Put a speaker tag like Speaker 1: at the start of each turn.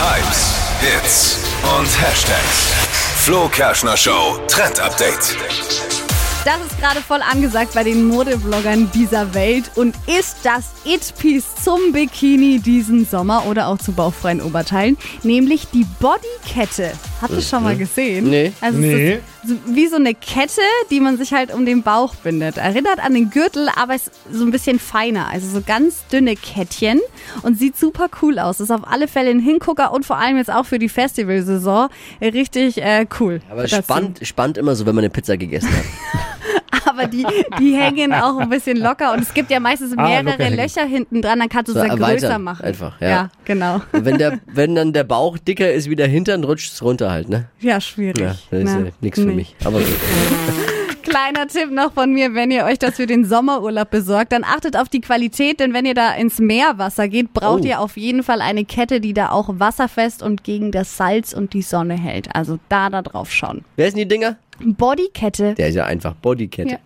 Speaker 1: Hypes, Hits und Hashtags. Flo Kerschner Show Trend Update.
Speaker 2: Das ist gerade voll angesagt bei den Modebloggern dieser Welt und ist das It-Piece zum Bikini diesen Sommer oder auch zu bauchfreien Oberteilen, nämlich die Bodykette. Hast du schon mal gesehen?
Speaker 3: Mhm. Nee.
Speaker 2: Also
Speaker 4: Nee.
Speaker 2: Es ist so- wie so eine Kette, die man sich halt um den Bauch bindet. Erinnert an den Gürtel, aber ist so ein bisschen feiner. Also so ganz dünne Kettchen und sieht super cool aus. Ist auf alle Fälle ein Hingucker und vor allem jetzt auch für die Festivalsaison richtig äh, cool.
Speaker 3: Aber
Speaker 2: Dazu.
Speaker 3: spannend, spannend immer so, wenn man eine Pizza gegessen hat.
Speaker 2: aber die, die hängen auch ein bisschen locker und es gibt ja meistens
Speaker 4: Ah,
Speaker 2: mehrere
Speaker 4: locker hängen.
Speaker 2: Löcher hinten dran, dann kannst du es
Speaker 3: So
Speaker 2: ja
Speaker 3: erweitern
Speaker 2: größer machen.
Speaker 3: einfach, ja.
Speaker 2: ja genau.
Speaker 3: Und wenn, der, wenn dann der Bauch dicker ist wie der Hintern, rutscht es runter halt, ne?
Speaker 2: Ja, schwierig.
Speaker 3: Ja, das ist
Speaker 2: Na,
Speaker 3: ja nichts für
Speaker 2: nee.
Speaker 3: mich. Aber gut.
Speaker 2: Kleiner Tipp noch von mir, wenn ihr euch das für den Sommerurlaub besorgt, dann achtet auf die Qualität, denn wenn ihr da ins Meerwasser geht, braucht
Speaker 3: Oh.
Speaker 2: ihr auf jeden Fall eine Kette, die da auch wasserfest und gegen das Salz und die Sonne hält. Also da da drauf schauen.
Speaker 3: Wer sind die Dinger?
Speaker 2: Bodykette
Speaker 3: Der ist ja einfach Bodykette.
Speaker 2: Ja.